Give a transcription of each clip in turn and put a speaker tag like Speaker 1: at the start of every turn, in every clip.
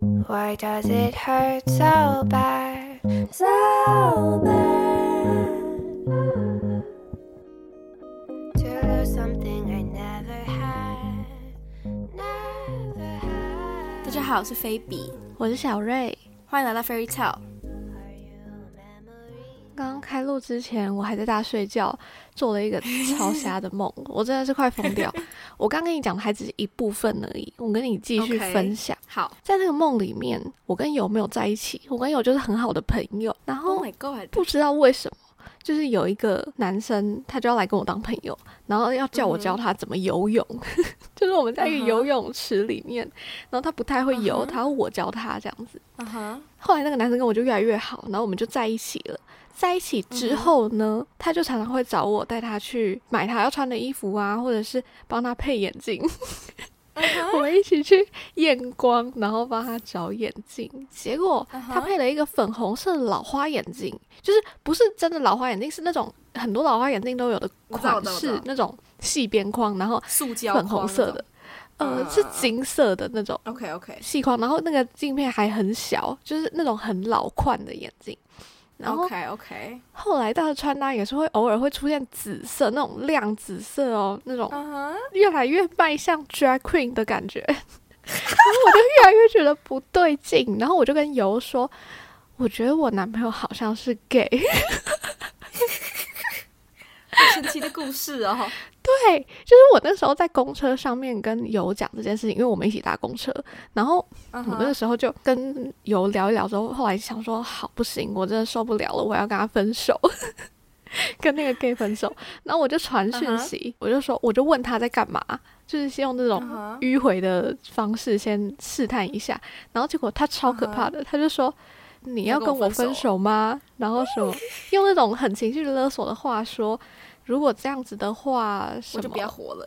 Speaker 1: Why does it hurt so bad? So bad. To lose something I never had. Never had.
Speaker 2: 大家好，我是菲比，
Speaker 3: 我是小瑞。
Speaker 2: 欢迎来到 Fairy Tale。
Speaker 1: Are you a memory?
Speaker 3: 刚刚开录之前，我还在大睡觉，做了一个 超瞎的梦，我真的是快疯掉。我刚跟你讲的还只是一部分而已，我跟你继续
Speaker 2: OK
Speaker 3: 分享。
Speaker 2: 好
Speaker 3: 在那个梦里面，我跟友没有在一起，我跟友就是很好的朋友，然
Speaker 2: ，Oh
Speaker 3: 后
Speaker 2: my God，
Speaker 3: 不知道为什么。就是有一个男生，他就要来跟我当朋友，然后要叫我教他怎么游泳。 就是我们在一
Speaker 2: 嗯
Speaker 3: 个
Speaker 2: 哼
Speaker 3: 游泳池里面，然后他不太会
Speaker 2: 嗯
Speaker 3: 游
Speaker 2: 哼
Speaker 3: 他要我教他这样子。
Speaker 2: 嗯哼，
Speaker 3: 后来那个男生跟我就越来越好，然后我们就在一起了。在一起
Speaker 2: 嗯
Speaker 3: 之后呢，他就常常会找我带他去买他要穿的衣服啊，或者是帮他配眼 镜。
Speaker 2: 嗯
Speaker 3: 我们一起去验光，然后帮他找眼镜。结果
Speaker 2: 嗯哼
Speaker 3: 他配了一个粉红色的老花眼镜，就是不是真的老花眼镜，是那种很多老花眼镜都有的
Speaker 2: 我知道
Speaker 3: 款
Speaker 2: 我知道我
Speaker 3: 式
Speaker 2: 知，
Speaker 3: 那种细边框，然后
Speaker 2: 塑胶
Speaker 3: 粉红色的，
Speaker 2: 嗯嗯
Speaker 3: 呃，
Speaker 2: 嗯
Speaker 3: 是金色的那种。
Speaker 2: ，OK OK，
Speaker 3: 细框，然后那个镜片还很小，就是那种很老款的眼镜。然后
Speaker 2: OK OK，
Speaker 3: 后来到的穿搭也是会偶尔会出现紫色那种亮紫色哦，那种
Speaker 2: 嗯哼，
Speaker 3: 越来越迈向 drag queen 的感觉。然后我就越来越觉得不对劲，然后我就跟游说，我觉得我男朋友好像是 gay。
Speaker 2: 神奇的故事哦，
Speaker 3: 对，就是我那时候在公车上面跟游讲这件事情，因为我们一起搭公车，然后
Speaker 2: 嗯
Speaker 3: 我那个
Speaker 2: 哼，
Speaker 3: 时候就跟友聊一聊之后，后来想说，好不行，我真的受不了了，我要跟他分手， 跟那个 gay 分手。然后我就传
Speaker 2: 嗯
Speaker 3: 讯
Speaker 2: 哼
Speaker 3: 息我就说，我就问他在干嘛，就是先用那种
Speaker 2: 嗯哼
Speaker 3: 迂回的方式先试探一下。然后结果他超可怕的他就说。你
Speaker 2: 要嗯
Speaker 3: 要
Speaker 2: 跟
Speaker 3: 跟
Speaker 2: 我
Speaker 3: 我
Speaker 2: 分
Speaker 3: 分
Speaker 2: 手
Speaker 3: 手吗？然后 什么用那种很情绪勒索的话说，如果这样子的话，什
Speaker 2: 我就
Speaker 3: 么
Speaker 2: 不要活了，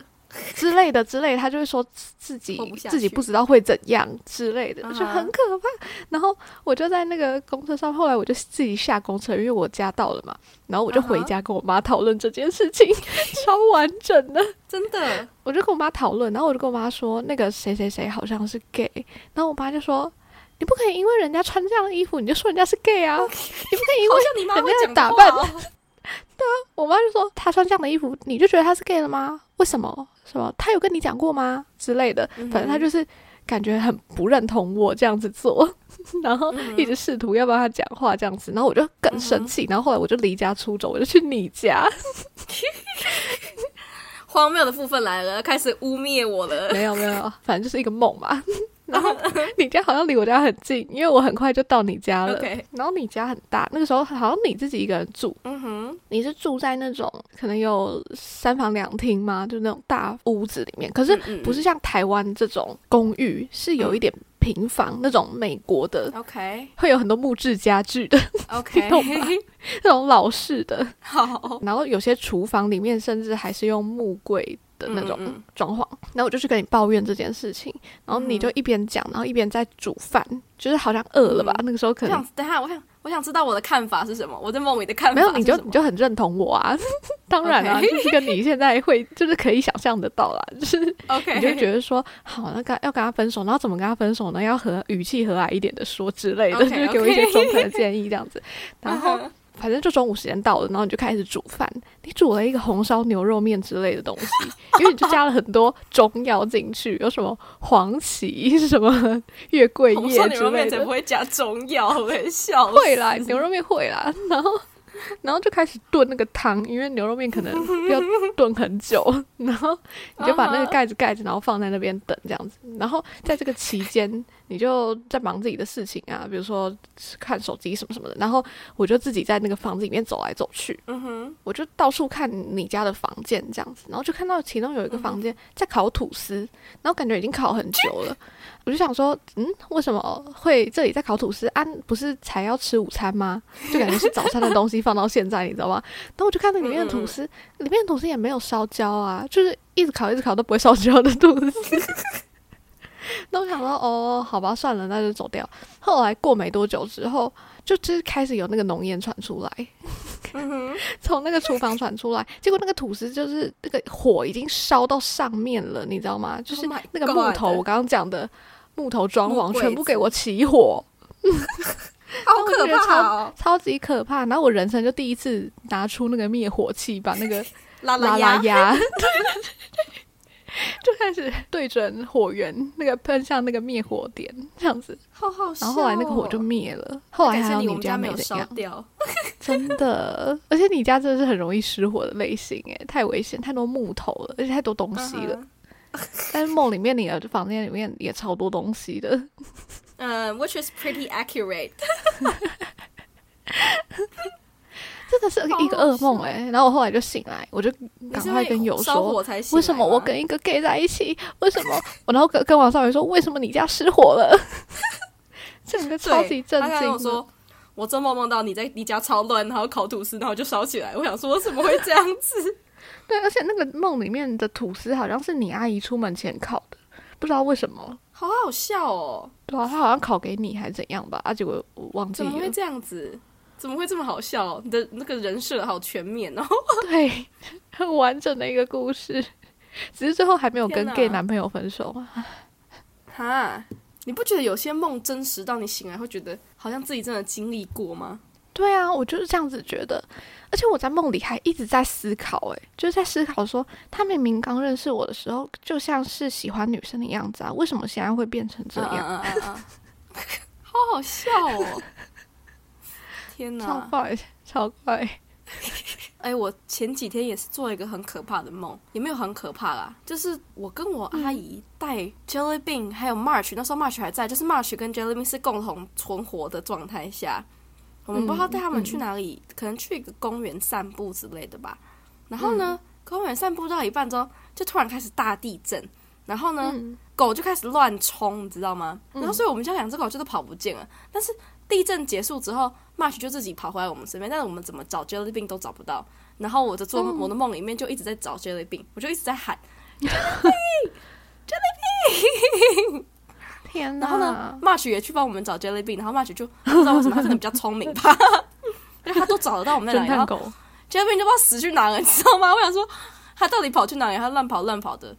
Speaker 3: 之类的之类的，他就会说自自己
Speaker 2: 活不下去
Speaker 3: 自己不知道会怎样之类的
Speaker 2: 嗯，哼
Speaker 3: 就很可怕。然后我就在那个公车上，后来我就自己下公车，因为我家到了嘛，然后我就
Speaker 2: 嗯哼
Speaker 3: 回家跟我妈讨论这件事情， 超完整的。
Speaker 2: 真的，
Speaker 3: 我就跟我妈讨论，然后我就跟我妈说，那个谁谁谁好像是 gay，然后我妈就说。你不可以因为人家穿这样的衣服，你就说人家是 gay 啊！你不可 以因为
Speaker 2: 好像你妈会讲的话哦，
Speaker 3: 我妈就说她穿这样的衣服，你就觉得她是 gay 了吗？为什么？什么？她有跟你讲过吗？之类的
Speaker 2: 嗯哼，
Speaker 3: 反正她就是感觉很不认同我这样子做， 然后
Speaker 2: 嗯哼嗯
Speaker 3: 一直试图要帮她讲话这样子，然后我就更生气，然后后来我就离家出走，我就去你家，
Speaker 2: 荒谬的部分来了，开始污蔑我了，
Speaker 3: 没有没有，反正就是一个梦嘛。 然后
Speaker 2: 嗯
Speaker 3: 你家好像离我家很近，因为我很快就到你家了。
Speaker 2: OK
Speaker 3: 然后你家很大，那个时候好像你自己一个人住，
Speaker 2: 嗯哼，
Speaker 3: 你是住在那种可能有三房两厅吗？就那种大屋子里面，可是
Speaker 2: 嗯嗯
Speaker 3: 不是像台湾这种公寓，是有一点平房、那种美国的，
Speaker 2: OK
Speaker 3: 会有很多木质家具的
Speaker 2: 嗯 OK，
Speaker 3: 你懂吗那种老式的，
Speaker 2: 好，
Speaker 3: 然后有些厨房里面甚至还是用木柜的那种
Speaker 2: 嗯嗯嗯
Speaker 3: 装潢。然后我就去跟你抱怨这件事情，然后你
Speaker 2: 嗯
Speaker 3: 就一边讲，然后一边在煮饭，就是好像饿了吧？
Speaker 2: 嗯
Speaker 3: 那个时候可
Speaker 2: 我
Speaker 3: 能
Speaker 2: 想等一下，我想我想知道我的看法是什么，我在梦里的看法
Speaker 3: 没有，你就是
Speaker 2: 什
Speaker 3: 你
Speaker 2: 么
Speaker 3: 就很认同我啊， 当然啊
Speaker 2: OK
Speaker 3: 就是跟你现在会，就是可以想象得到啦，就是你
Speaker 2: OK，
Speaker 3: 就觉得说，好，那跟要跟他分手，然后怎么跟他分手呢？要和语气和蔼一点的说之类的
Speaker 2: OK，
Speaker 3: 就是给我一些
Speaker 2: OK
Speaker 3: 中肯的建议这样子。然后
Speaker 2: 嗯哼
Speaker 3: 反正就中午时间到了，然后你就开始煮饭，你煮了一个红烧牛肉面之类的东西，因为你就加了很多中药进去，有什么黄芪、什么 月桂
Speaker 2: 我
Speaker 3: 叶
Speaker 2: 说牛
Speaker 3: 之
Speaker 2: 肉
Speaker 3: 类
Speaker 2: 面才
Speaker 3: 的
Speaker 2: 不，会加中药，我会笑死。
Speaker 3: 会啦，牛肉面会啦， 然后然后就开始炖那个汤，因为牛肉面可能要炖很久， 然后你就把那个盖子盖着，然后放在那边等这样子。然后在这个期间，你就在忙自己的事情啊，比如说看手机什么什么的。然后我就自己在那个房子里面走来走去，
Speaker 2: 嗯哼，
Speaker 3: 我就到处看你家的房间这样子，然后就看到其中有一个房间在烤吐司，然后感觉已经烤很久了，我就想说，嗯，为什么会这里在烤吐司啊？不是才要吃午餐吗？就感觉是早餐的东西放到现在，你知道吗？然后我就看那里面的吐司，里面的吐司也没有烧焦啊，就是一直烤一直烤都不会烧焦的吐司。那我想说，哦，好吧，算了，那就走掉。后来过没多久之后，就就是开始有那个浓烟传出来，
Speaker 2: 嗯哼，
Speaker 3: 从那个厨房传出来，结果那个吐司就是 那个火已经烧到上面了，你知道吗？就是
Speaker 2: Oh my
Speaker 3: 那个木
Speaker 2: God
Speaker 3: 头，我刚刚讲的木头装
Speaker 2: 木
Speaker 3: 潢
Speaker 2: 柜
Speaker 3: 全部
Speaker 2: 子
Speaker 3: 给我起火，
Speaker 2: 好可怕哦！
Speaker 3: 超级可怕。然后我人生就第一次拿出那个灭火器，把 那个
Speaker 2: 拉
Speaker 3: 拉拉
Speaker 2: 呀，
Speaker 3: 鸭， 就开始对准火源那个喷向那个灭火点这样子。
Speaker 2: 好好笑
Speaker 3: 然
Speaker 2: 哦。
Speaker 3: 后后来那个火就灭了，后来
Speaker 2: 感
Speaker 3: 还
Speaker 2: 谢
Speaker 3: 有
Speaker 2: 你，我
Speaker 3: 你
Speaker 2: 们家没有
Speaker 3: 没怎
Speaker 2: 烧
Speaker 3: 样，
Speaker 2: 掉。
Speaker 3: 真的。而且你家真的是很容易失火的类型，诶，太危险，太多木头了，而且太多东西了。
Speaker 2: 嗯哼
Speaker 3: 但是梦里面你的房间里面也超多东西 的，
Speaker 2: 嗯，which is pretty accurate。
Speaker 3: 真的是一个噩梦哎、然后我后来就醒来，我就
Speaker 2: 你
Speaker 3: 赶
Speaker 2: 是
Speaker 3: 快跟
Speaker 2: 因为
Speaker 3: 友
Speaker 2: 烧
Speaker 3: 说，
Speaker 2: 火才醒来吗
Speaker 3: 为什么我跟一个 gay 在一起？为什么？我然后跟跟王少云说，为什么你家失火了？ 整个超
Speaker 2: 对
Speaker 3: 级震
Speaker 2: 他
Speaker 3: 惊
Speaker 2: 刚
Speaker 3: 的。
Speaker 2: 刚跟我说，我做梦梦到你在你家超乱，然后烤吐司，然后就烧起来。我想说，怎么会这样子？
Speaker 3: 对，而且那个梦里面的吐司好像是你阿姨出门前烤的，不知道为什么。
Speaker 2: 好好笑哦！
Speaker 3: 对啊，她好像烤给你还是怎样吧？啊，结果我忘记
Speaker 2: 怎么会
Speaker 3: 了。
Speaker 2: 这样子？怎么会这么好笑？你的那个人设好全面哦。
Speaker 3: 对，很完整的一个故事，只是最后还没有跟
Speaker 2: 天哪
Speaker 3: gay 男朋友分手。
Speaker 2: 哈，你不觉得有些梦真实到你醒来会觉得好像自己真的经历过吗？
Speaker 3: 对啊，我就是这样子觉得，而且我在梦里还一直在思考、欸，就是在思考说，他明明刚认识我的时候，就像是喜欢女生的样子啊，为什么现在会变成这样？
Speaker 2: 嗯嗯嗯嗯嗯 好好笑哦！天
Speaker 3: 超
Speaker 2: 哪！
Speaker 3: 怪， 超怪，
Speaker 2: 哎，我前几天也是做了一个很可怕的梦，也没有很可怕啦，就是我跟我阿姨带 Jelly Bean 还有 March，那时候 March 还在，就是 March 跟 Jelly Bean 是共同存活的状态下，我们不知道带他们去哪里，可能去一个公园散步之类的吧。然后呢，公园散步到一半之后，就突然开始大地震，然后呢，
Speaker 3: 嗯，
Speaker 2: 狗就开始乱冲，你知道吗？然后所以我们家两只狗就都跑不见了。但是地震结束之后，March 就自己跑回来我们身边，但是我们怎么找 Jelly Bean 都找不到。然后我的做
Speaker 3: 嗯
Speaker 2: 梦，我的梦里面就一直在找 Jelly Bean，我就一直在喊。
Speaker 3: 啊天哪！
Speaker 2: 然后呢，March 也去帮我们找 Jelly Bean，然后 March 就 不知道为什么他真的比较聪明吧， 因为他都找得到我们在哪
Speaker 3: 侦
Speaker 2: 里。然后
Speaker 3: 探狗，
Speaker 2: Jelly Bean 就不知道死去哪了，你 知道吗？我想说他到底跑去哪里？他乱跑乱跑的。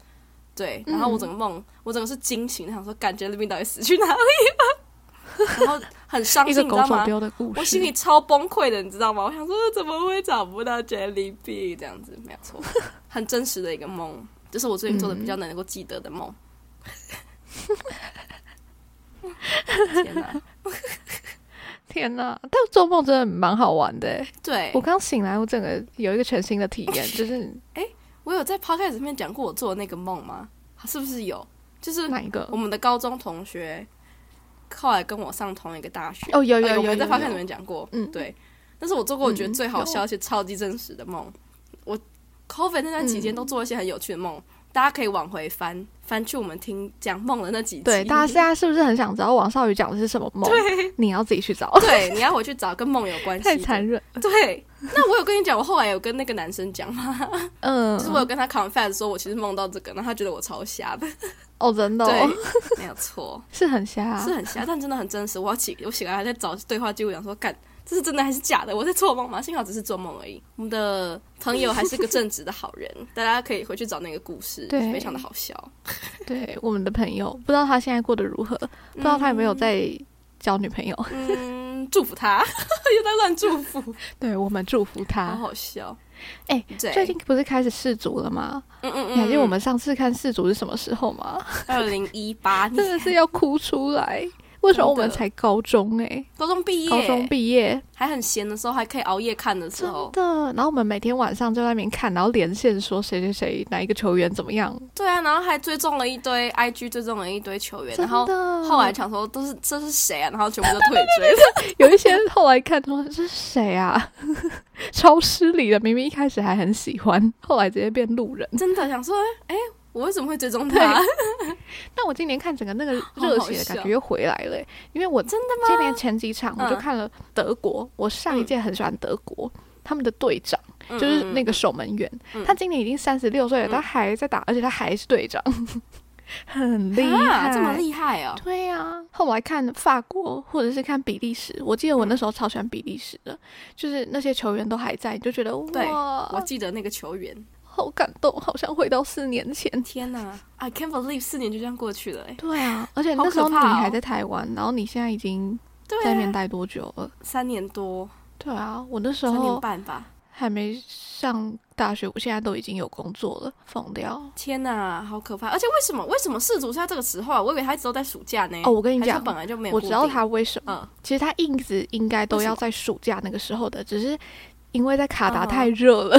Speaker 2: 对，
Speaker 3: 嗯
Speaker 2: 然后我整个梦，我整个是惊醒，想说，感觉 Jelly Bean 到底死去哪里了？ 然后很伤
Speaker 3: 一
Speaker 2: 心，你
Speaker 3: 个
Speaker 2: 知
Speaker 3: 狗
Speaker 2: 道
Speaker 3: 手
Speaker 2: 吗？
Speaker 3: 丢的故事，
Speaker 2: 我心里超崩溃的，你知道吗？我想说怎么会找不到 Jelly Bean 这样子，没有错， 很真实的一个梦，这是我最近做的
Speaker 3: 嗯
Speaker 2: 比较能够记得的 梦。天哪！
Speaker 3: 天哪！但做梦真的蛮好玩的、欸。
Speaker 2: 对
Speaker 3: 我，刚醒来，我整个有一个全新的体验，就是
Speaker 2: 我有在 podcast 里面讲过我做的那个梦吗？是不是有？就是
Speaker 3: 哪一个
Speaker 2: 我？们的高中同学后来跟我上同一个大学。
Speaker 3: 哦，有有
Speaker 2: 哎
Speaker 3: 有
Speaker 2: 我
Speaker 3: 有
Speaker 2: 们在 podcast 里
Speaker 3: 有
Speaker 2: 面讲过，
Speaker 3: 嗯
Speaker 2: 对。但是我做过我觉得最好笑
Speaker 3: 有
Speaker 2: 而且超级真实的梦。我 COVID 那段期
Speaker 3: 嗯
Speaker 2: 间都做一些很有趣的梦，大家可以往回翻翻去我们听讲梦的那几集。
Speaker 3: 对，大家现在是不是很想知道王少宇讲的是什么梦？对，你要自己去找，
Speaker 2: 对你要回去找跟梦有关系。
Speaker 3: 太残。忍。
Speaker 2: 对，那我有跟你讲，我后来有跟那个男生讲吗？
Speaker 3: 嗯，
Speaker 2: 就是我有跟他 confess 说我其实梦到这个，然后他觉得我超瞎的。
Speaker 3: 哦，真的、哦，
Speaker 2: 对，没有错。
Speaker 3: 是很瞎、啊
Speaker 2: 是。很瞎，但真的很真实。我要起，我醒来还在找对话记录，想说干，这是真的还是假的？我在做梦吗？幸好只是做梦而已。我们的朋友还是个正直的好人， 大家可以回去找那个故事，
Speaker 3: 对
Speaker 2: 非常的好笑。
Speaker 3: 对，我们的朋友不知道他现在过得如何，不知道他有没有在交女朋友。
Speaker 2: 嗯，祝福他， 又在乱祝福，
Speaker 3: 对我们祝福
Speaker 2: 好
Speaker 3: 他。
Speaker 2: 好笑。
Speaker 3: 哎
Speaker 2: 对，
Speaker 3: 最近不是开始世足了吗？
Speaker 2: 嗯嗯
Speaker 3: 你
Speaker 2: 嗯，
Speaker 3: 还记得我们上次看世足是什么时候吗？
Speaker 2: 二零一 八
Speaker 3: 真
Speaker 2: 年
Speaker 3: 的是要哭出来。为什么我们
Speaker 2: 真的
Speaker 3: 才高中哎、
Speaker 2: 高中毕业，
Speaker 3: 高中毕业，
Speaker 2: 还很闲的时候，还可以熬夜看的时
Speaker 3: 真
Speaker 2: 候，
Speaker 3: 的。然后我们每天晚上就在那边看，然后连线说谁谁谁哪一个球员怎么样，
Speaker 2: 对啊，然后还追踪了一堆 IG，追踪了一堆球员，
Speaker 3: 真
Speaker 2: 然后
Speaker 3: 的。
Speaker 2: 后来想说都是这是谁啊，然后全部都退追了。
Speaker 3: 有一些后来看说这是谁啊， 超失礼的，明明一开始还很喜欢，后来直接变路人。
Speaker 2: 真的想说，哎、我为什么会追踪他？
Speaker 3: 但我今年看整个那个
Speaker 2: 好
Speaker 3: 热血的感
Speaker 2: 笑
Speaker 3: 觉又回来了欸、因为我
Speaker 2: 真的
Speaker 3: 今年前几场我就
Speaker 2: 嗯
Speaker 3: 看了德国，我上一届很喜欢德国。他们的队长
Speaker 2: 嗯
Speaker 3: 就是那个守门员，
Speaker 2: 嗯
Speaker 3: 他今年已经三十六岁了，
Speaker 2: 嗯
Speaker 3: 他还在打，而且他还是队长， 很厉
Speaker 2: 啊，
Speaker 3: 害，
Speaker 2: 这么厉害哦！
Speaker 3: 对呀、后来看法国或者是看比利时，我记得
Speaker 2: 嗯
Speaker 3: 我那时候超喜欢比利时的，就是那些球员都还在，你就觉得
Speaker 2: 对
Speaker 3: 哇，
Speaker 2: 我记得那个球员，
Speaker 3: 好感动，好像回到四年前。
Speaker 2: 天哪，I can't believe 四年就这样过去了、欸，
Speaker 3: 对啊，而且
Speaker 2: 好
Speaker 3: 那时候
Speaker 2: 可
Speaker 3: 你
Speaker 2: 怕哦
Speaker 3: 还在台湾，然后你现在已经
Speaker 2: 对
Speaker 3: 在那边
Speaker 2: 啊，
Speaker 3: 待多久了？
Speaker 2: 三年多，
Speaker 3: 对啊，我那时
Speaker 2: 三年
Speaker 3: 候
Speaker 2: 半吧。
Speaker 3: 还没上大学，我现在都已经有工作了，疯掉！
Speaker 2: 天哪，好可怕！而且为什么为什么氏族是在这个时候啊？我以为他一直都在暑假呢。
Speaker 3: 哦，我跟你
Speaker 2: 哎还是
Speaker 3: 讲，
Speaker 2: 本来就没有。
Speaker 3: 我知道他，为什么，
Speaker 2: 嗯，
Speaker 3: 其实他一直应该都
Speaker 2: 为什
Speaker 3: 要
Speaker 2: 么
Speaker 3: 在暑假那个时候的，只是因为在卡达
Speaker 2: 嗯
Speaker 3: 太热了，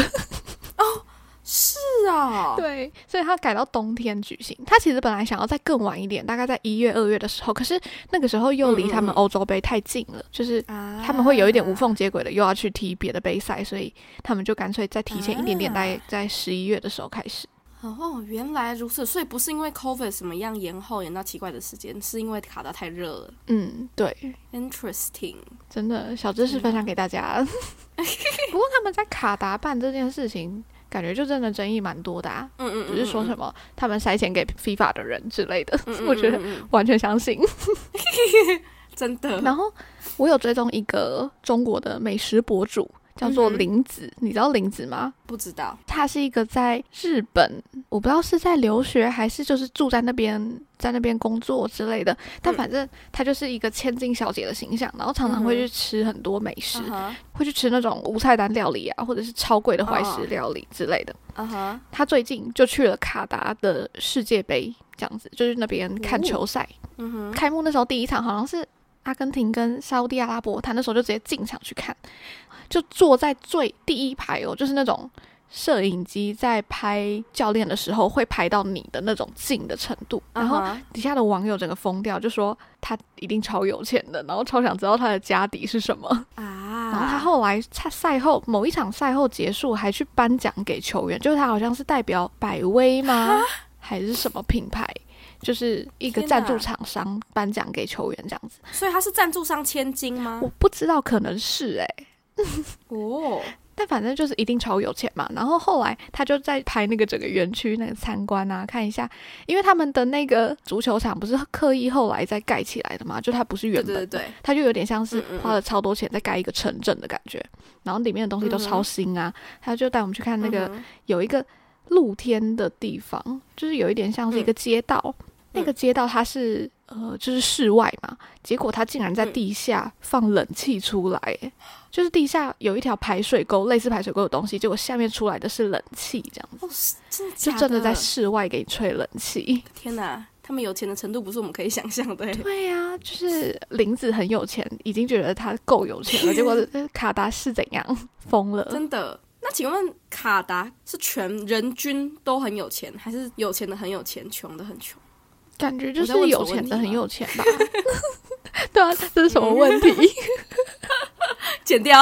Speaker 2: 是啊、
Speaker 3: 对，所以他改到冬天举行。他其实本来想要再更晚一点，大概在一月、二月的时候，可是那个时候又离他们
Speaker 2: 嗯嗯嗯
Speaker 3: 欧洲杯太近了，就是
Speaker 2: 啊，
Speaker 3: 他们会有一点无缝接轨的，又要去踢别的杯赛，所以他们就干脆再提前一点点，
Speaker 2: 啊
Speaker 3: 大概在十一月的时候开始。
Speaker 2: 哦，原来如此，所以不是因为 COVID 什么样延后延到奇怪的时间，是因为卡达太热了。
Speaker 3: 嗯，对，
Speaker 2: Interesting，
Speaker 3: 真的小知识分享给大 家。不过他们在卡达办这件事情，感觉就真的争议蛮多的、啊，
Speaker 2: 嗯嗯，
Speaker 3: 只是说什
Speaker 2: 么？
Speaker 3: 么他们塞钱给 FIFA 的人之类的，
Speaker 2: 嗯嗯嗯
Speaker 3: 我觉得
Speaker 2: 嗯嗯嗯
Speaker 3: 完全相信。
Speaker 2: 真的，
Speaker 3: 然后我有追踪一个中国的美食博主，叫做
Speaker 2: 嗯哼
Speaker 3: 林子，你知道林子吗？
Speaker 2: 不知道
Speaker 3: 他是一个在日本，我不知道是在留学还是就是住在那边，在那边工作之类的。但
Speaker 2: 嗯
Speaker 3: 反正他就是一个千金小姐的形象，然后常常会去吃很多美食，
Speaker 2: 啊哈
Speaker 3: 会去吃那种无菜单料理啊，或者是超贵
Speaker 2: 哦
Speaker 3: 的怀石料理之类的。
Speaker 2: 啊哈，
Speaker 3: 他最近就去了卡达的世界杯，这样子就是那边看
Speaker 2: 哦
Speaker 3: 球赛。
Speaker 2: 嗯哼，
Speaker 3: 开幕那时候第一场好像是阿根廷跟沙烏地阿拉伯，他那时候就直接进场去看，就坐在最第一排哦，就是那种摄影机在拍教练的时候会拍到你的那种近的程度，然后
Speaker 2: 啊哈
Speaker 3: 底下的网友整个疯掉，就说他一定超有钱的，然后超想知道他的家底是什么。
Speaker 2: 啊，
Speaker 3: 然后他后来他赛后某一场赛后结束还去颁奖给球员，就是他好像是代表百威吗？还是什么品牌？就是一个
Speaker 2: 天
Speaker 3: 赞助
Speaker 2: 哪啊
Speaker 3: 厂商颁奖给球员这样子，
Speaker 2: 所以他是赞助商千金吗
Speaker 3: 我？不知道可能是诶、
Speaker 2: 哦，
Speaker 3: 但反正就是一定超有钱嘛。然后后来他就在拍那个整个园区那个参观啊，看一下，因为他们的那个足球场不是刻意后来再盖起来的嘛，就它不是原
Speaker 2: 对
Speaker 3: 本的，
Speaker 2: 对对对，
Speaker 3: 它就有点像是
Speaker 2: 嗯嗯嗯
Speaker 3: 花了超多钱在盖一个城镇的感觉，然后里面的东西都超新啊。他就带我们去看那个
Speaker 2: 嗯哼
Speaker 3: 有一个露天的地方，就是有一点像是
Speaker 2: 嗯
Speaker 3: 一个街道，那个街道它是呃就是室外嘛，结果它竟然在
Speaker 2: 嗯
Speaker 3: 地下放冷气出来、欸就是地下有一条排水沟，类似排水沟的东西，结果下面出来的是冷气，这样
Speaker 2: 哦，是真的
Speaker 3: 就
Speaker 2: 假
Speaker 3: 真的在室外给你吹冷气。
Speaker 2: 天哪，他们有钱的程度不是我们可以想象的欸。
Speaker 3: 对呀、就是林子很有钱，已经觉得他够有钱了，结果呃卡达是怎样疯了？
Speaker 2: 真的？那请问卡达是全人均都很有钱，还是有钱的很有钱，穷的很穷？
Speaker 3: 感觉就
Speaker 2: 我在
Speaker 3: 是
Speaker 2: 问什
Speaker 3: 有
Speaker 2: 么
Speaker 3: 钱
Speaker 2: 问
Speaker 3: 的
Speaker 2: 题啊
Speaker 3: 很
Speaker 2: 吗
Speaker 3: 有钱 吧？对啊，这是什么问题？
Speaker 2: 剪掉。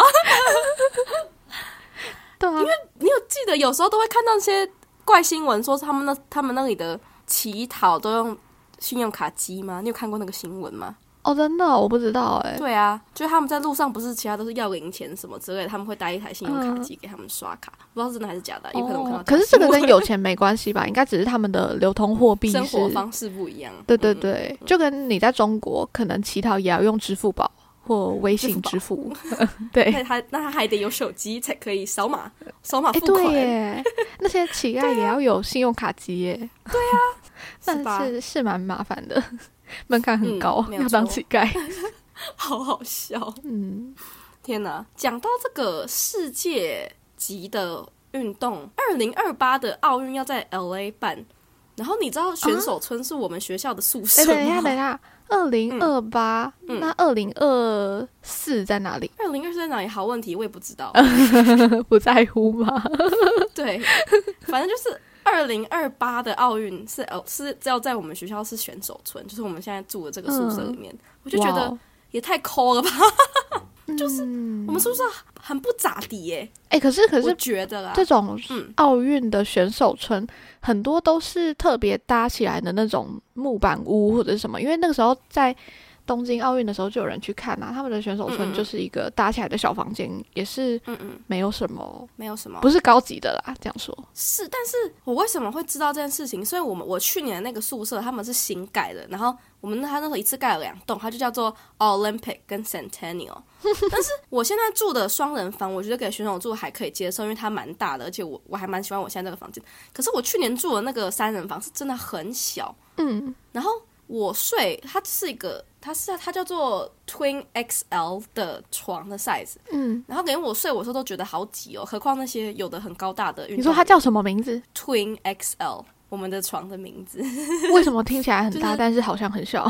Speaker 3: 对啊，
Speaker 2: 你有记得有时候都会看到一些怪新闻，说他们那他们那里的乞讨都用信用卡机吗？你有看过那个新闻吗？
Speaker 3: 哦，真的哦、我不知道哎、
Speaker 2: 对啊，就是他们在路上不是其他都是要零钱什么之类的，他们会带一台信用卡机给他们刷卡，嗯不知道是真的还是假的，有可能我看到
Speaker 3: 哦，
Speaker 2: 假
Speaker 3: 可
Speaker 2: 的。
Speaker 3: 是这个跟有钱没关系吧？应该只是他们的流通货币
Speaker 2: 生
Speaker 3: 是，
Speaker 2: 活方式不一样，
Speaker 3: 对对
Speaker 2: 嗯，
Speaker 3: 对，就跟你在中国可能乞讨也要用支付宝或微信支
Speaker 2: 支
Speaker 3: 付， 对，
Speaker 2: 那他那他还得有手机才可以扫码扫码
Speaker 3: 哎、
Speaker 2: 付
Speaker 3: 对
Speaker 2: 款，
Speaker 3: 耶，那些乞丐也要有信用卡机耶。对
Speaker 2: 是
Speaker 3: 啊
Speaker 2: 吧
Speaker 3: 但是是蛮麻烦的，门槛很
Speaker 2: 嗯
Speaker 3: 高，
Speaker 2: 没有
Speaker 3: 要当
Speaker 2: 错
Speaker 3: 乞 丐。
Speaker 2: 好好笑。
Speaker 3: 嗯，
Speaker 2: 天哪！讲到这个世界级的运动，二零二八的奥运要在 L A 办，然后你知道选手村是我们学校的宿
Speaker 3: 哎、
Speaker 2: 舍
Speaker 3: 等一下，等一
Speaker 2: 吗？
Speaker 3: 下，二零二八，
Speaker 2: 嗯
Speaker 3: 那二零二四在哪里？
Speaker 2: 二零二三哪里好问题，我也不知道。
Speaker 3: 不在乎吗？
Speaker 2: 对，反正就是二零二八的奥运是呃是要在我们学校是选手村，就是我们现在住的这个宿舍里面，我就觉
Speaker 3: 嗯哇
Speaker 2: 得
Speaker 3: 哦，
Speaker 2: 也太抠了吧！
Speaker 3: 就是、
Speaker 2: 我们宿舍很不咋地耶、
Speaker 3: 哎、可是可
Speaker 2: 我
Speaker 3: 是
Speaker 2: 觉得啦
Speaker 3: 这。种
Speaker 2: 嗯
Speaker 3: 奥运的选手村，很多都是特别搭起来的那种木板屋或者是什么，因为那个时候在。东京奥运的时候就有人去看啊，他们的选手
Speaker 2: 嗯嗯
Speaker 3: 村
Speaker 2: 嗯
Speaker 3: 就是一个搭起来的小房间，也是
Speaker 2: 嗯嗯，
Speaker 3: 没有什么，
Speaker 2: 没有什么。
Speaker 3: 不是高级的啦。这样说，
Speaker 2: 是，但是我为什么会知道这件事情？所以我们我去年的那个宿舍他们是新盖的，然后我们那他那时候一次盖了两栋，它就叫做 Olympic 跟 Centennial。但是我现在住的双人房，我觉得给选手住还可以接受，因为它蛮大的，而且我我还蛮喜欢我现在这个房间。可是我去年住的那个三人房是真的很小，
Speaker 3: 嗯，
Speaker 2: 然后我睡，它是一个，它是它叫做 Twin XL 的床的 size，
Speaker 3: 嗯，
Speaker 2: 然后给我睡，我说都觉得好挤哦，何况那些有的很高大的运动员。
Speaker 3: 你说它叫什么 名字？
Speaker 2: Twin XL，我们的床的名字。
Speaker 3: 为什么听起来很
Speaker 2: 就
Speaker 3: 大，
Speaker 2: 是
Speaker 3: 但是好像 很小？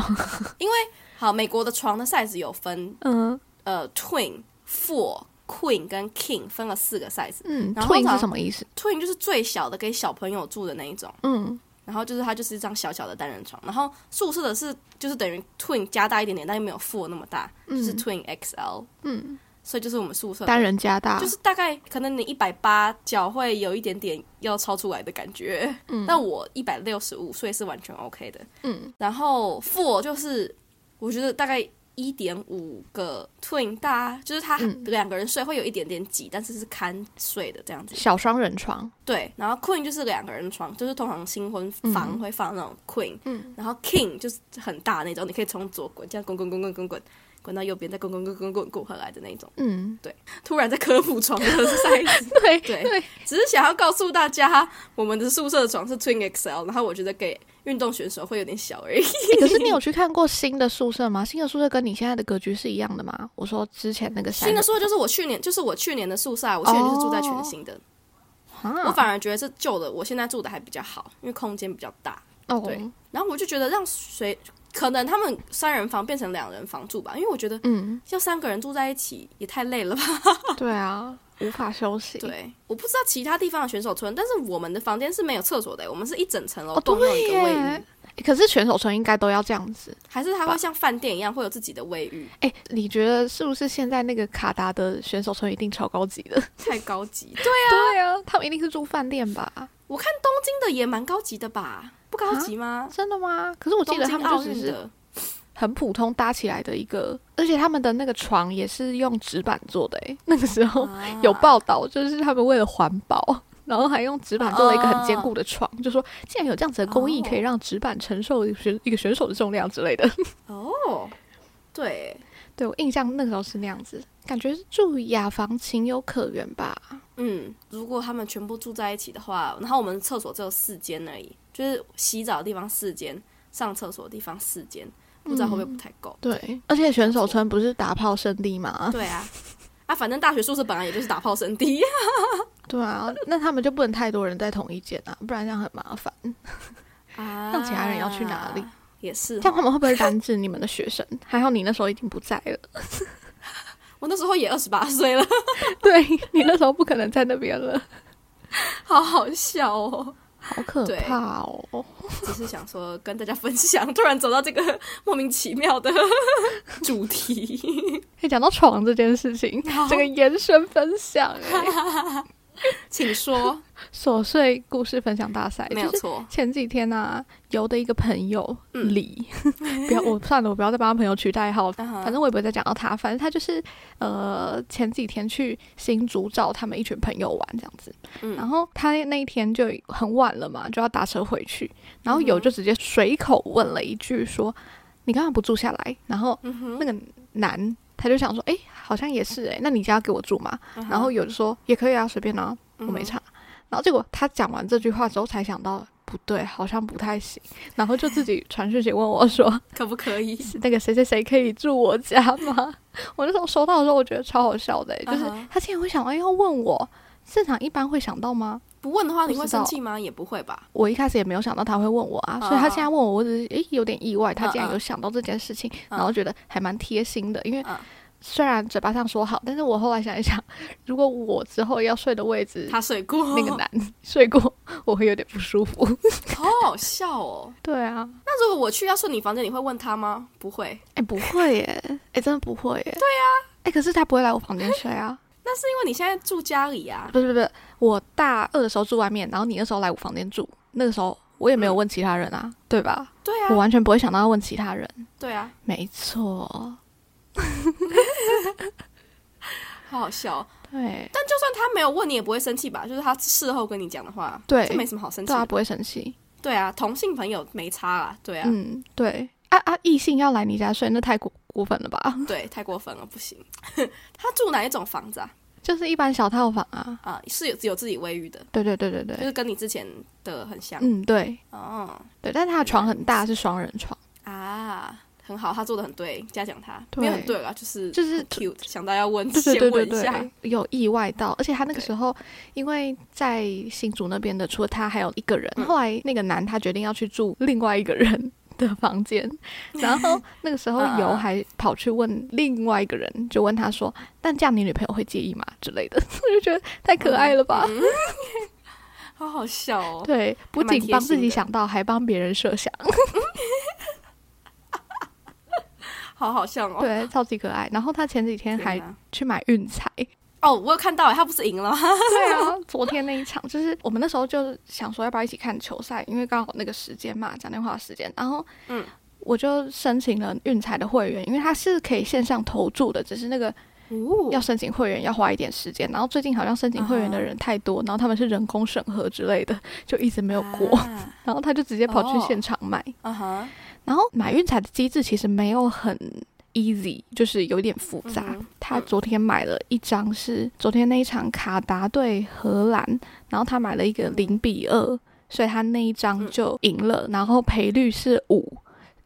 Speaker 2: 好，美国的床的 size 有分
Speaker 3: 嗯
Speaker 2: 呃 Twin、Four、Queen 跟 King 分了四个 size。
Speaker 3: 嗯
Speaker 2: 然后通
Speaker 3: ，twin
Speaker 2: 常
Speaker 3: 是什么意思？
Speaker 2: Twin 就是最小的，给小朋友住的那一种。
Speaker 3: 嗯
Speaker 2: 然后就是它就是一张小小的单人床，然后宿舍的是就是等于 Twin 加大一点点，但又没有 Four 那么大，就是
Speaker 3: 嗯
Speaker 2: Twin XL。
Speaker 3: 嗯，
Speaker 2: 所以就是我们宿舍的
Speaker 3: 单人加大，
Speaker 2: 就是大概可能你一百八脚会有一点点要超出来的感觉，嗯，但我一百六十五，所以是完全 OK 的，
Speaker 3: 嗯，
Speaker 2: 然后 four 就是我觉得大概一点五个 twin 大，就是他
Speaker 3: 嗯
Speaker 2: 两个人睡会有一点点挤，但是是看睡的这样子，
Speaker 3: 小双人床。
Speaker 2: 对，然后 queen 就是两个人床，就是通常新婚房会放那种 queen，
Speaker 3: 嗯，
Speaker 2: 然后 king 就是很大那种，你可以从左滚，这样滚滚滚滚滚滚滚到右边，再滚滚滚滚滚滚回来的那种，
Speaker 3: 嗯，
Speaker 2: 突然在科普床的 size。
Speaker 3: 对
Speaker 2: 对
Speaker 3: 对，
Speaker 2: 只是想要告诉大家，我们的宿舍床是 Twin XL，然后我觉得给运动选手会有点小而已。
Speaker 3: 欸可是你有去看过新的宿舍吗？新的宿舍跟你现在的格局是一样的吗？我说之前那个 山
Speaker 2: 新的宿舍就是我去年，就是我去年的宿舍啊，我去年就是住在全新的。
Speaker 3: 啊，
Speaker 2: 我反而觉得是旧的，我现在住的还比较好，因为空间比较大。对
Speaker 3: 哦，
Speaker 2: 然后我就觉得让谁可能他们三人房变成两人房住吧，因为我觉得
Speaker 3: 嗯，
Speaker 2: 要三个人住在一起也太累了吧。
Speaker 3: 对啊，无法休息。，
Speaker 2: 对，我不知道其他地方的选手村，但是我们的房间是没有厕所的，我们是一整层楼
Speaker 3: 哦
Speaker 2: 都没有
Speaker 3: 对
Speaker 2: 一个卫浴
Speaker 3: 耶，。欸可是选手村应该都要这样子。
Speaker 2: 还是它会像饭店一样会有自己的卫浴。
Speaker 3: 哎、你觉得是不是现在那个卡达的选手村一定超高级的？
Speaker 2: 太高级。对，
Speaker 3: 对啊，他们一定是住饭店吧？
Speaker 2: 我看东京的也蛮高级的吧？不高级吗？
Speaker 3: 真的吗？可是啊我记得他们就
Speaker 2: 东
Speaker 3: 只
Speaker 2: 京奥运
Speaker 3: 是
Speaker 2: 的
Speaker 3: 很普通搭起来的一个，而且他们的那个床也是用纸板做的、欸。 那个时候
Speaker 2: 啊
Speaker 3: 有报道，就是他们为了环保， 然后还用纸板做了一个很坚固的床，就说既然有这样子的工艺，
Speaker 2: 哦
Speaker 3: 可以让纸板承受一个选一个选手的重量之类的。
Speaker 2: 哦，对，
Speaker 3: 对我印象那个时候是那样子，感觉住雅房情有可原吧。
Speaker 2: 嗯，如果他们全部住在一起的话，然后我们厕所只有四间而已，就是洗澡的地方四间，上厕所的地方四间，不知道会不会不太够。
Speaker 3: 对，而且选手村不是打炮圣地吗？
Speaker 2: 对啊，啊，反正大学宿舍本来也就是打炮圣 地。
Speaker 3: 对啊，那他们就不能太多人在同一间啊，不然这样很麻烦。
Speaker 2: 啊
Speaker 3: 那其他人要去哪里？
Speaker 2: 也是
Speaker 3: 这样
Speaker 2: 哦，
Speaker 3: 他们会不会染指你们的学生？还好你那时候已经不在了，
Speaker 2: 我那时候也二十八岁了，
Speaker 3: 对你那时候不可能在那边了，
Speaker 2: 好好笑哦。
Speaker 3: 好可
Speaker 2: 对
Speaker 3: 怕哦！
Speaker 2: 只是想说跟大家分享，突然走到这个莫名其妙的主 题，
Speaker 3: 哎，讲到床这件事情，
Speaker 2: 好
Speaker 3: 这个延伸分享、 哎
Speaker 2: 请说，
Speaker 3: 琐碎故事分享大赛，
Speaker 2: 没
Speaker 3: 就
Speaker 2: 有
Speaker 3: 是
Speaker 2: 错，
Speaker 3: 前几天啊，游的一个朋友
Speaker 2: 嗯
Speaker 3: 李， 不要 我算了，我不要再帮他朋友取代号，
Speaker 2: 啊哈
Speaker 3: 反正我也不会再讲到他。反正他就是呃前几天去新竹找他们一群朋友玩这样子，
Speaker 2: 嗯
Speaker 3: 然后他那一天就很晚了嘛，就要打车回去，然后
Speaker 2: 嗯哼
Speaker 3: 有就直接随口问了一句说：“你干嘛不住下来？”然后
Speaker 2: 嗯哼
Speaker 3: 那个男他就想说：“诶，好像也是诶，那你家给我住嘛？”
Speaker 2: 嗯哼
Speaker 3: 然后有就说：“也可以啊，随便啊。”
Speaker 2: 嗯哼
Speaker 3: 我没查。然后结果他讲完这句话之后，才想到不对，好像不太行，然后就 自己传讯息问我说
Speaker 2: 可不可以？：“
Speaker 3: 那个谁谁谁可以住我家吗？”我那时候收到的时候，我觉得超好笑的欸、就是
Speaker 2: 啊哈
Speaker 3: 他竟然会想到要问我，正常一般会想到吗？
Speaker 2: 不问的话你
Speaker 3: 不
Speaker 2: 会
Speaker 3: 知道
Speaker 2: 生气吗？也不会吧。
Speaker 3: 我一开始也没有想到他会问我啊，
Speaker 2: 啊
Speaker 3: 所以他现在问我，我只是诶有点意外，他竟然
Speaker 2: 啊
Speaker 3: 有想到这件事情，
Speaker 2: 啊
Speaker 3: 然后觉得还蛮贴心的，因为
Speaker 2: 啊
Speaker 3: 虽然嘴巴上说好，但是我后来想一 想，如果我之后要睡的位置
Speaker 2: 他睡过
Speaker 3: 那个男睡过，我会有点不舒服。
Speaker 2: 好好笑哦。
Speaker 3: 对啊，
Speaker 2: 那如果我去要睡你房间，你会问他吗？不会，
Speaker 3: 哎、不会耶，哎、真的不会耶。对呀、啊，哎、可是他不会来我房间睡 啊。
Speaker 2: 那是因为你现在住家里啊。
Speaker 3: 不是不是，不是我大二的时候住外面，然后你那时候来我房间住，那个时候我也没有问其他人啊，对吧？
Speaker 2: 对
Speaker 3: 我
Speaker 2: 啊，
Speaker 3: 完全不会想到要问其他人。
Speaker 2: 对啊，
Speaker 3: 没错，
Speaker 2: 好好笑哦。
Speaker 3: 对
Speaker 2: 但就算他没有问你，也不会生气吧？就是他事后跟你讲的话，
Speaker 3: 对
Speaker 2: 这没什么好生气
Speaker 3: 对啊，
Speaker 2: 的。
Speaker 3: 不会生气。
Speaker 2: 对啊，同性朋友没差啦。对啊，
Speaker 3: 嗯，对。啊啊！异性要来你家睡，那太过过分了吧？
Speaker 2: 对，太过分了，不行。 他住哪一种房子啊？
Speaker 3: 就是一般小套房啊。
Speaker 2: 啊，是有有自己卫浴的，
Speaker 3: 对对对对
Speaker 2: 就
Speaker 3: 对，
Speaker 2: 是跟你之前的很像。
Speaker 3: 嗯，对
Speaker 2: 哦
Speaker 3: 对，但他的床很大，是双人床，
Speaker 2: 啊，很好，他做的很对，嘉奖他。
Speaker 3: 对
Speaker 2: 没有很对啦，就是
Speaker 3: 就是
Speaker 2: 很 cute，想到要问，
Speaker 3: 对对对
Speaker 2: 先
Speaker 3: 对
Speaker 2: 问一下
Speaker 3: 对。，有意外到，而且他那个
Speaker 2: 对
Speaker 3: 时候，因为在新竹那边的，除了他还有一个人，
Speaker 2: 嗯
Speaker 3: 后来那个男他决定要去住另外一个人的房间，然后 那个时候
Speaker 2: 嗯嗯
Speaker 3: 游
Speaker 2: 嗯
Speaker 3: 还跑去问另外一个人，就问他说：“但这样你女朋友会介意吗？”之类的， 我就觉得太可爱了
Speaker 2: 嗯
Speaker 3: 吧？
Speaker 2: 好好笑哦。
Speaker 3: 对，不
Speaker 2: 还蛮
Speaker 3: 仅
Speaker 2: 贴
Speaker 3: 帮自
Speaker 2: 心
Speaker 3: 己
Speaker 2: 的
Speaker 3: 想到，还帮别人设想，
Speaker 2: 好好笑哦。
Speaker 3: 对，超级可爱。然后他前几天
Speaker 2: 天
Speaker 3: 还
Speaker 2: 哪
Speaker 3: 去买运彩，
Speaker 2: 哦，我有看到耶，他不是赢了吗？
Speaker 3: 对啊，昨天那一场就是我们那时候就想说要不要一起看球赛，因为刚好那个时间嘛，讲电话的时间。然后，
Speaker 2: 嗯，
Speaker 3: 我就申请了运彩的会员，因为它是可以线上投注的，只是那个
Speaker 2: 哦
Speaker 3: 要申请会员要花一点时间。然后最近好像申请会员的人太多，然后他们是人工审核之类的，就一直没有过。
Speaker 2: 啊
Speaker 3: 然后他就直接跑去
Speaker 2: 哦
Speaker 3: 现场买，
Speaker 2: 啊哈，
Speaker 3: 然后买运彩的机制其实没有很 easy，就是有点复杂。
Speaker 2: 嗯哼
Speaker 3: 他昨天买了一张是昨天那一场卡达对荷兰，然后他买了一个零比二，所以他那一张
Speaker 2: 嗯
Speaker 3: 就赢了，然后赔率是五，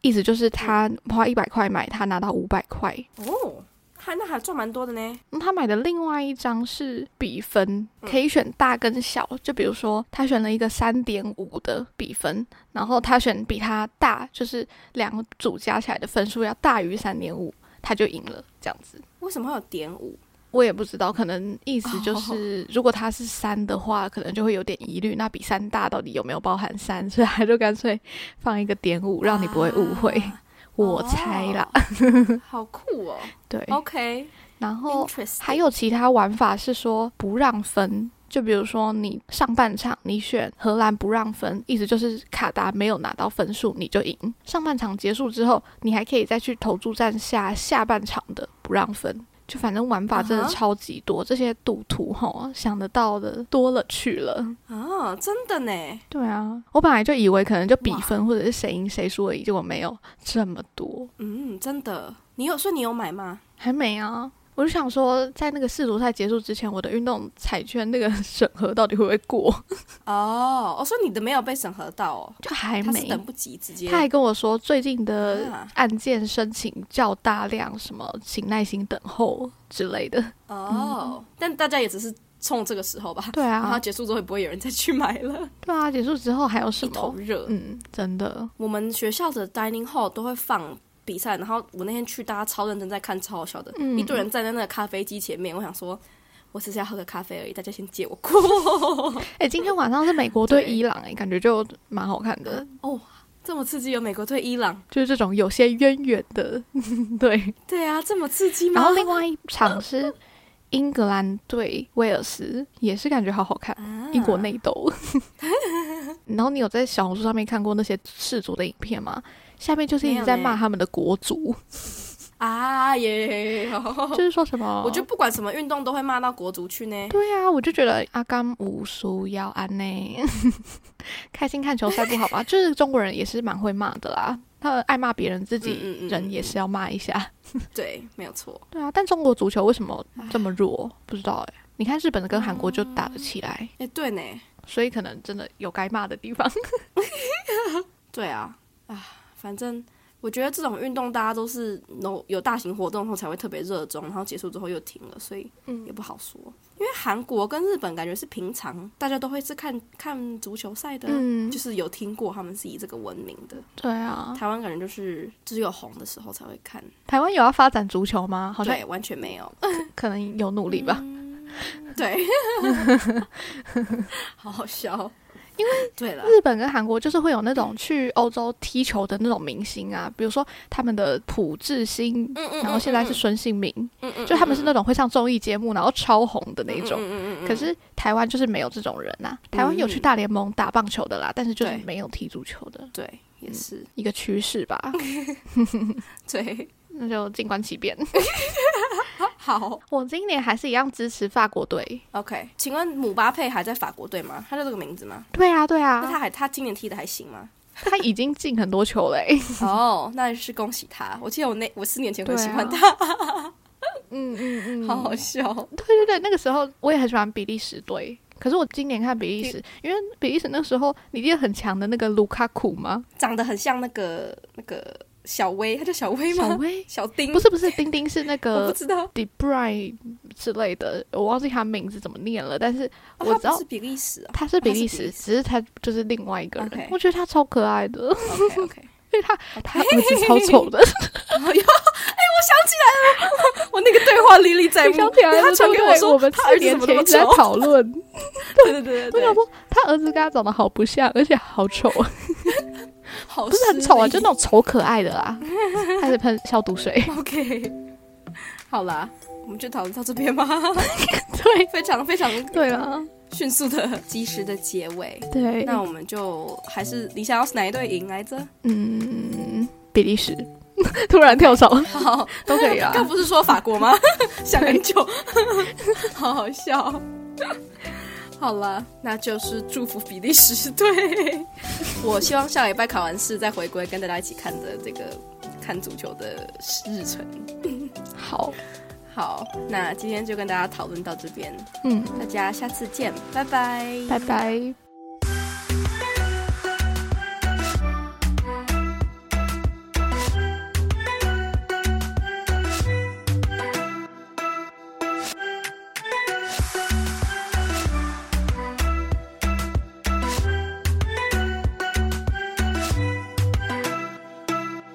Speaker 3: 意思就是他
Speaker 2: 嗯
Speaker 3: 花一百块买，他拿到五百块。
Speaker 2: 哦，还那还赚蛮多的呢。
Speaker 3: 那他买的另外一张是比分，
Speaker 2: 嗯
Speaker 3: 可以选大跟小。就比如说，他选了一个三点五的比分，然后他选比他大，就是两组加起来的分数要大于三点五，他就赢了。这样子，
Speaker 2: 为什么会有点五？
Speaker 3: 我也不知道，可能意思
Speaker 2: 哦
Speaker 3: 就是，如果他是三的话，可能就会有点疑虑。那比三大到底有没有包含三？所以他就干脆放一个点五，让你不会误会。
Speaker 2: 啊哦
Speaker 3: 我猜啦，
Speaker 2: 好酷哦。
Speaker 3: 对。
Speaker 2: OK，interesting。
Speaker 3: 然后还有其他玩法是说不让分，就比如说你上半场你选荷兰不让分，意思就是卡达没有拿到分数你就赢。上半场结束之后，你还可以再去投注站下下半场的不让分。就反正玩法真的
Speaker 2: 啊哈
Speaker 3: 超级多这些赌徒吼想得到的多了去了。
Speaker 2: 啊，真的呢。
Speaker 3: 对啊，我本来就以为可能就比分或者是谁赢谁输而已，结果没有这么多，
Speaker 2: 嗯，真的。你有说你有买吗？
Speaker 3: 还没啊。我就想说，在那个世足赛结束之前，我的运动彩券那个 审核到底会不会过？
Speaker 2: 哦，我说你的没有被审核到哦，
Speaker 3: 就还
Speaker 2: 他是
Speaker 3: 没。
Speaker 2: 等不及直接。
Speaker 3: 他还跟我说，最近的
Speaker 2: 啊
Speaker 3: 案件申请较大量，什么请耐心等候之类的。嗯
Speaker 2: 哦，但大家也只是冲这个时候吧。
Speaker 3: 对
Speaker 2: 然后
Speaker 3: 啊，
Speaker 2: 结束之后也不会有人再去买了，
Speaker 3: 对啊，结束之后还有什
Speaker 2: 一头
Speaker 3: 么？
Speaker 2: 热。
Speaker 3: 嗯，真的，
Speaker 2: 我们学校的 dining hall 都会放比赛，然后我那天去，大家超认真在看，超好笑的，
Speaker 3: 嗯
Speaker 2: 一堆人站在那个咖啡机前面，我想说。我只是要喝个咖啡而已，大家先借我 过。
Speaker 3: 哎、今天晚上是美国对
Speaker 2: 对嗯
Speaker 3: 伊朗、哎，感觉就蛮好看的，
Speaker 2: 这么刺激，有美国对伊朗？
Speaker 3: 就是这种有些渊源的， 对。
Speaker 2: 对啊，这么刺激吗？
Speaker 3: 然后另外一场是英格兰对威尔斯，也是感觉好好看，
Speaker 2: 啊
Speaker 3: 英国内斗。 然后你有在小红书上面看过那些氏族的影片吗？下面就是一直在
Speaker 2: 没有
Speaker 3: 骂
Speaker 2: 呢
Speaker 3: 他们的国族，
Speaker 2: 啊也有，
Speaker 3: 就是说什么，
Speaker 2: 哦我就不管什么运动都会骂到国足去呢。
Speaker 3: 对啊，我就觉得阿甘无输要安内， 开心看球赛不好吧？就是中国人也是蛮会骂的啦，他们爱骂别人，自己
Speaker 2: 嗯嗯嗯
Speaker 3: 人也是要骂一下。
Speaker 2: 对，没有错。
Speaker 3: 对啊，但中国足球为什么这么弱？不知道哎、你看日本跟韩国就打得起来，
Speaker 2: 哎，对呢，
Speaker 3: 所以可能真的有该骂的地方。
Speaker 2: 对啊，啊，反正我觉得这种运动大家都是有有大型活动后才会特别热衷，然后结束之后又停了，所以也
Speaker 3: 嗯，
Speaker 2: 不好说。因为韩国跟日本感觉是平常大家都会是看看足球赛的，
Speaker 3: 嗯
Speaker 2: 就是有听过他们是以这个闻名的。
Speaker 3: 对啊，
Speaker 2: 台湾感觉就是只有红的时候才会看，
Speaker 3: 台湾有要发展足球吗？好像
Speaker 2: 对，完全没 有。
Speaker 3: 可 能有努力吧。
Speaker 2: 对，好好笑。对了，
Speaker 3: 日本跟韩国就是会有那种去欧洲踢球的那种明星啊，比如说他们的朴智星，
Speaker 2: 嗯嗯，
Speaker 3: 然后现在是孙兴民，
Speaker 2: 嗯，嗯嗯，
Speaker 3: 就他们是那
Speaker 2: 种
Speaker 3: 种会上综艺节目然后超红的那一种。
Speaker 2: 嗯嗯嗯嗯
Speaker 3: 可是台湾就是没有这种人呐、台湾有去大联盟打棒球的啦，但是就是
Speaker 2: 对
Speaker 3: 没有踢足球的
Speaker 2: 对，也是
Speaker 3: 一个趋势吧，
Speaker 2: 对，
Speaker 3: 那就静观其变。
Speaker 2: 好
Speaker 3: 我今年还是一样支持法国队。
Speaker 2: ，OK，请问姆巴佩还在法国队吗？他叫这个名字吗？
Speaker 3: 对啊，对
Speaker 2: 那 他
Speaker 3: 啊，
Speaker 2: 还他今年踢的还行 吗？
Speaker 3: 他已经进很多球了、欸。
Speaker 2: 哦，那是恭喜他。我记得我那我四年前很
Speaker 3: 对
Speaker 2: 喜
Speaker 3: 啊
Speaker 2: 欢他，
Speaker 3: 嗯嗯 嗯，
Speaker 2: 好好笑。
Speaker 3: 对对对，那个时候我也很喜欢比利时队。可是我今年看比利时，因为比利时那时候你记得很强的那个卢卡库吗？
Speaker 2: 长得很像那个那个小薇，他叫小薇
Speaker 3: 小
Speaker 2: 吗？
Speaker 3: 威
Speaker 2: 小丁
Speaker 3: 不是不是，丁丁是那
Speaker 2: 我
Speaker 3: 个
Speaker 2: 不知道，
Speaker 3: d e b r y 之类的，我忘记他名字怎么念了，但是
Speaker 2: 哦
Speaker 3: 我
Speaker 2: 他
Speaker 3: 知道
Speaker 2: 不是比利时哦。
Speaker 3: 他是比利
Speaker 2: 哦
Speaker 3: 时，
Speaker 2: 他是比利时
Speaker 3: 只是他就是另外一个人。
Speaker 2: OK 哦
Speaker 3: 我觉得他超可爱的，
Speaker 2: OK OK，
Speaker 3: 因为他他儿子超丑的。
Speaker 2: 哎呦，哎，我想起来了，我那个对话历历在
Speaker 3: 你
Speaker 2: 目。
Speaker 3: 想起来
Speaker 2: 因为
Speaker 3: 了，
Speaker 2: 他传给我
Speaker 3: 对不对
Speaker 2: 说
Speaker 3: 我们
Speaker 2: 他儿
Speaker 3: 四
Speaker 2: 子怎
Speaker 3: 年
Speaker 2: 么那
Speaker 3: 前
Speaker 2: 么
Speaker 3: 一直在
Speaker 2: 丑，
Speaker 3: 讨论，
Speaker 2: 对对对对
Speaker 3: 我
Speaker 2: 对，
Speaker 3: 想说他儿子跟他长得好不像，而且好丑，
Speaker 2: 好
Speaker 3: 不是很
Speaker 2: 失
Speaker 3: 丑啊，
Speaker 2: 礼
Speaker 3: 就那种丑可爱的 啦。他是喷消毒水，
Speaker 2: OK，好啦，我们就讨论到这边吧。
Speaker 3: 对
Speaker 2: 非常非常
Speaker 3: 对啊，
Speaker 2: 迅速的、及时的结尾。
Speaker 3: 对，
Speaker 2: 那我们就还是你想要哪一队赢来着？
Speaker 3: 嗯，比利时 突然跳槽
Speaker 2: 好，
Speaker 3: 都可以啊。
Speaker 2: 刚不是说法国 吗？想很久， 好好笑。好了，那就是祝福比利时队。 我希望下礼拜考完试再回归，跟大家一起看着这个看足球的日程。
Speaker 3: 好，
Speaker 2: 好，那今天就跟大家讨论到这边，
Speaker 3: 嗯，
Speaker 2: 大家下次见，拜拜，
Speaker 3: 拜拜。